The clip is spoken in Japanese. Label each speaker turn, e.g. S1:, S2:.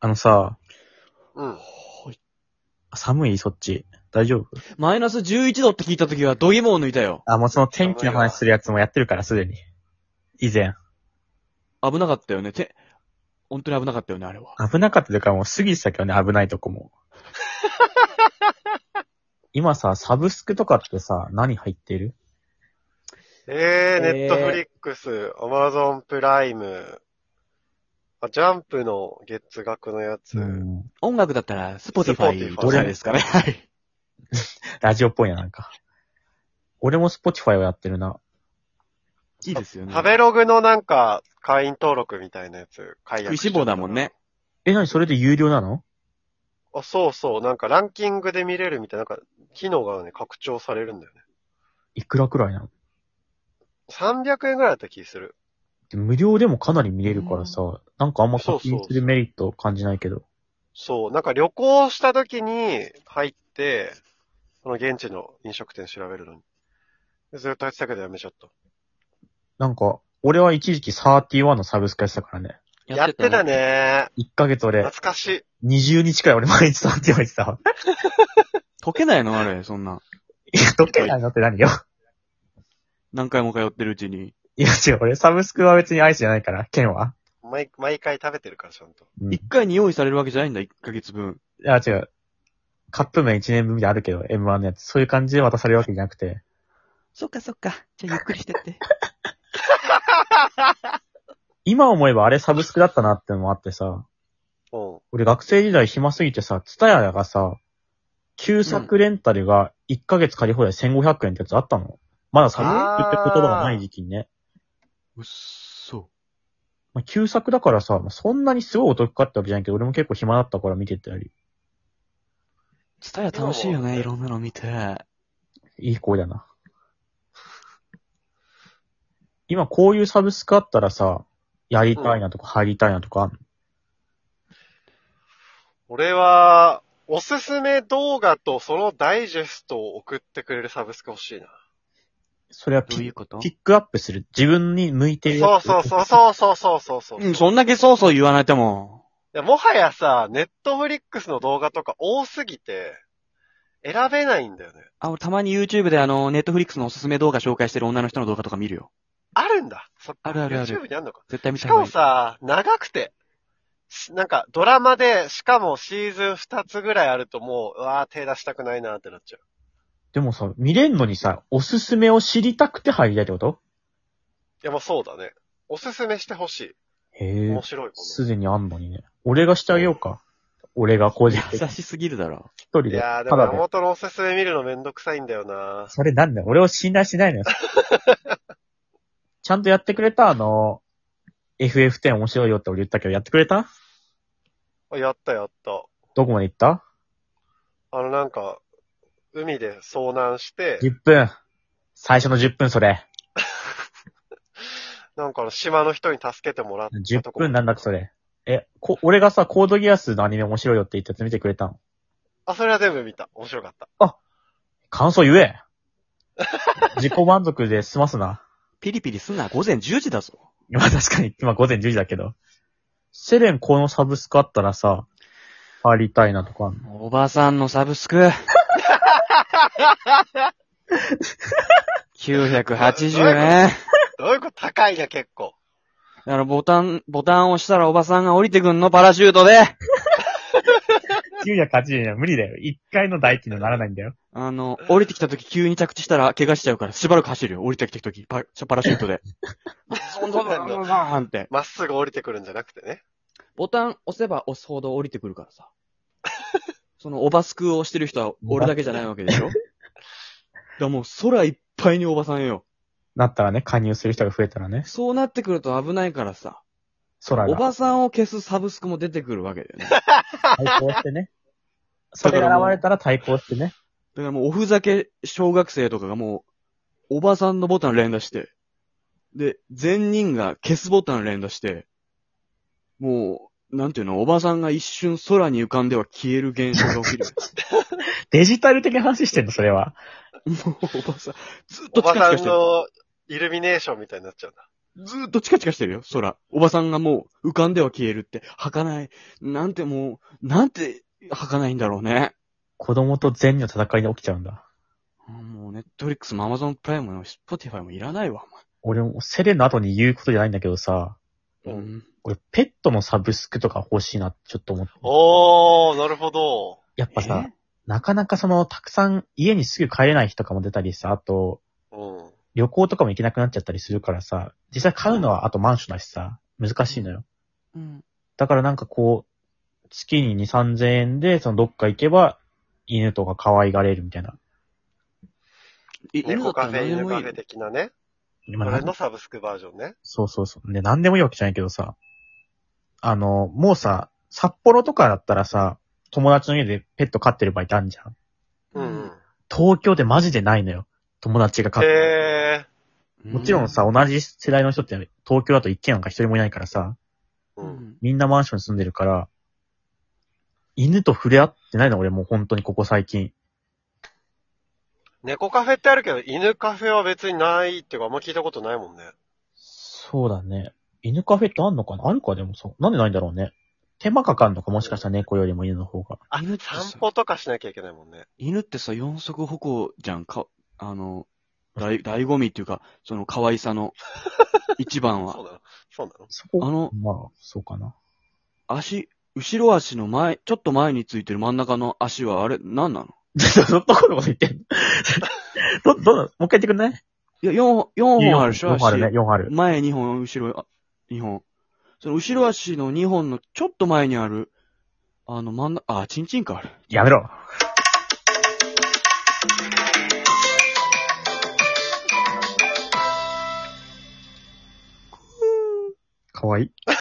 S1: あのさ、
S2: うん。
S1: 寒いそっち。大丈夫
S2: マイナス11度って聞いた時は度肝を抜いたよ。
S1: あ、もうその天気の話するやつもやってるから、すでに。以前。
S2: 危なかったよね。て、本当に危なかったよね、あれは。
S1: 危なかったというか、もう過ぎてたけどね、危ないとこ も。今さ、サブスクとかってさ、何入ってる
S3: えー、ネ
S2: えー
S3: ットフリックス、アマゾンプライム、あジャンプの月額のやつ、
S1: うん。
S2: 音楽だったら、スポティファ
S3: Spotify
S2: イどれですかね。はい。
S1: ラジオっぽいな、なんか。俺も Spotify をやってるな。
S2: いいですよね。
S3: 食べログのなんか、会員登録みたいなやつ、解
S2: 食
S3: 約
S2: い
S3: しちゃっ
S2: しん
S3: た
S2: 坊だもんね。。
S1: え、なにそれで有料なの
S3: あ、そうそう、なんかランキングで見れるみたいな、なんか、機能がね、拡張されるんだよね。
S1: いくらくらいなの
S3: 300円ぐらいだった気する。
S1: で無料でもかなり見れるからさ、なんかあんま課
S3: そう
S1: 金
S3: そう
S1: するメリット感じないけど。
S3: そう、なんか旅行した時に入って、その現地の飲食店調べるのに。でずっとやってたけどやめちゃった。
S1: なんか、俺は一時期31のサブスクやってたからね。
S3: やってた。ね
S1: 1ヶ月俺、
S3: 懐かしい。
S1: 20日くらい俺毎日31言ってた わ。
S2: 溶けないのあれ、そんな。
S1: いや、溶けないのって何よ。
S2: 何回も通ってるうちに。
S1: いや違う、俺サブスクは別にアイスじゃないから、剣は。
S3: 毎、毎回食べてるから、ちゃんと。
S1: うん。い
S2: 一回に用意されるわけじゃないんだ、一ヶ月分。
S1: や違う。カップ麺1年分みたいなのあるけど、M1 のやつ。そういう感じで渡されるわけじゃなくて。
S2: そっかそっか。じゃあゆっくりしてって。
S1: 今思えばあれサブスクだったなってのもあってさ、
S3: うん。
S1: 俺学生時代暇すぎてさ、ツタヤがさ、旧作レンタルが1ヶ月借り放題1500円ってやつあったの。まだサブスクって言葉がない時期にね。
S2: うっそ。
S1: まあ、旧作だからさ、まあそんなにすごいお得かってわけじゃないけど、俺も結構暇だったから見てたり、
S2: ツタヤ楽しいよね、いろんなの見て。
S1: いい声だな。今こういうサブスクあったらさ、やりたいなとか入りたいなとかあんの、
S3: 俺は、おすすめ動画とそのダイジェストを送ってくれるサブスク欲しいな。
S1: それは
S2: ど
S1: ピ
S2: ういうこと
S1: ピックアップする。自分に向いてる
S3: そう
S1: やつ。
S3: そうそうそうそうそうそうそう、
S2: う
S3: い
S2: ん、そんだけそうそう言わないとも。
S3: や。もはやさ、ネットフリックスの動画とか多すぎて、選べないんだよね。
S2: あ、俺たまに YouTube であの、ネットフリックスのおすすめ動画紹介してる女の人の動画とか見るよ。
S3: あるんだ。そっか
S2: あるあるある
S3: YouTube にあるのか。
S2: 絶対見
S3: したか
S2: 方が
S3: も
S2: いい。
S3: さ、長くて、しなんかドラマで、しかもシーズン2つぐらいあるともう、うわー手出したくないなってなっちゃう。
S1: でもさ、見れんのにさ、おすすめを知りたくて入りたいってこと
S3: いや、まあそうだね。おすすめしてほしい。
S1: へえ
S3: 面。白いもの。
S1: すでにあんのにね。俺がしてあげようか。俺がこうで一
S2: 優しすぎるだろ。
S1: 人
S3: い
S1: で。
S3: や
S1: た
S3: ー、でも
S1: だ
S3: 山
S1: で。
S3: 本のおすすめ見るのめんどくさいんだよな
S1: それなんだよ。俺を信頼しないのよ。ちゃんとやってくれたあの、FF10 面白いよって俺言ったけど、やってくれた
S3: あやったやった。
S1: どこまで行った
S3: あのなんか、海で遭難して、
S1: ?10 分。最初の10分それ。
S3: なんかあの島の人に助けてもらった
S1: 10
S3: とこ。
S1: 分なんだっけそれ。え、こ、俺がさ、コードギアスのアニメ面白いよって言ったやつ見てくれたの
S3: あ、それは全部見た。面白かった。
S1: 感想言 え自己満足で済ますな。
S2: ピリピリすんな、午前10時だぞ。
S1: まあ確かに、今午前10時だけど。セレンこのサブスクあったらさ、入りたいなとかあんの
S2: おばさんのサブスク。980円。
S3: どういうこと高いな、結構。
S2: あの、ボタン、ボタンを押したらおばさんが降りてくんの、パラシュートで。
S1: 980円は無理だよ。一回の代金にはならないんだよ。
S2: あの、降りてきた時急に着地したら怪我しちゃうから、しばらく走るよ。降りてきた時、パパラシュートで。そんなの、バーンって。
S3: まっすぐ降りてくるんじゃなくてね。
S2: ボタン押せば押すほど降りてくるからさ。 そのおばスクをしてる人は俺だけじゃないわけでしょだからもう空いっぱいにおばさんよ。
S1: なったらね、加入する人が増えたらね、
S2: そうなってくると危ないからさ。
S1: 空が。
S2: おばさ
S1: ん
S2: んを消すサブスクも出てくるわけだよね。
S1: 対抗してね。それが現れたら対抗してね。
S2: だからもうおふざけ小学生とかがもう、おばさんのボタン連打して、で、全人が消すボタン連打して、もう、なんていうの、おばさんが一瞬空に浮かんでは消える現象が起きる。
S1: デジタル的な話してんの、それは。
S2: もうおばさん、ずっ
S3: お
S2: と
S3: ば
S2: チ
S3: さ
S2: カチカ
S3: ん
S2: してる。
S3: のイルミネーションみたいになっちゃうんだ。
S2: ずーっとチカチカしてるよ、空。おばさんがもう浮かんでは消えるって、儚い。なんてもう、なんて儚いんだろうね。
S1: 子供と善の戦いで起きちゃうんだ。
S2: もうネットフリックスもアマゾンプライムもスポティファイもいらないわ、
S1: 俺もセレの後に言うことじゃないんだけどさ、
S2: お前。
S3: う
S2: うん。
S1: 俺ペットのサブスクとか欲しいなってちょっと思って。
S3: おー、なるほど。
S1: やっぱさ
S2: え、
S1: なかなかその、たくさん家にすぐ帰れない日とかも出たりさ、あと、
S3: うん。
S1: 旅行とかも行けなくなっちゃったりするからさ、実際買うのはあとマンションだしさ、難しいのよ。
S2: うん。
S1: だからなんかこう、月に2、3000円で、そのどっか行けば、犬とか可愛がれるみたいな。
S2: い犬だ
S3: 猫
S2: った
S3: カ
S2: ら
S3: フェ、
S2: 何で
S3: 犬
S2: も
S3: カ
S2: いい
S3: フェ。的なね。
S1: 今
S3: こ
S1: な
S3: れ
S1: ん
S3: のサブスクバージョンね。
S1: そうそうそう。で、なんでもいいわけじゃないけどさ、あの、もうさ、札幌とかだったらさ、友達の家でペット飼ってる場合ってあるじゃん。
S3: うんうん。
S1: 東京でマジでないのよ。友達が飼ってる。
S3: へ
S1: もちろんさ、同じ世代の人って東京だと一軒なんか一人もいないからさ、
S3: ー。
S2: う、
S3: うんん。
S1: みんなマンションに住んでるから、犬と触れ合ってないの俺もう本当にここ最近。
S3: 猫カフェってあるけど、犬カフェは別にないっていうか、あんま聞いたことないもんね。
S1: そうだね。犬カフェってあんのかなあるかでもそう。なんでないんだろうね。手間かかんのかもしかしたら猫よりも犬の方が。
S3: あ
S2: 犬ってさ
S3: 散歩とかしなきゃいけないもんね。
S2: 犬ってさ、四足歩行じゃん、か、あの、だい、醍醐味っていうか、その可愛 さの、一番
S3: そう
S2: は。
S3: なのそうなの
S1: そこ、
S2: あの
S1: まあ、そうかな。
S2: 足、後ろ足の前、ちょっと前についてる真ん中の足は、あれ、何なの
S1: ど、どこのこと言ってんの ど、どうなのもう一回言ってくんない
S2: いや、四四本あるでしょ、
S1: 4ある
S2: 足。
S1: ね、4ある。
S2: 前2本、後ろ2本。その後ろ足の2本のちょっと前にある、あの真ん中、あ、チンチンかあれ。
S1: やめろ。かわいい。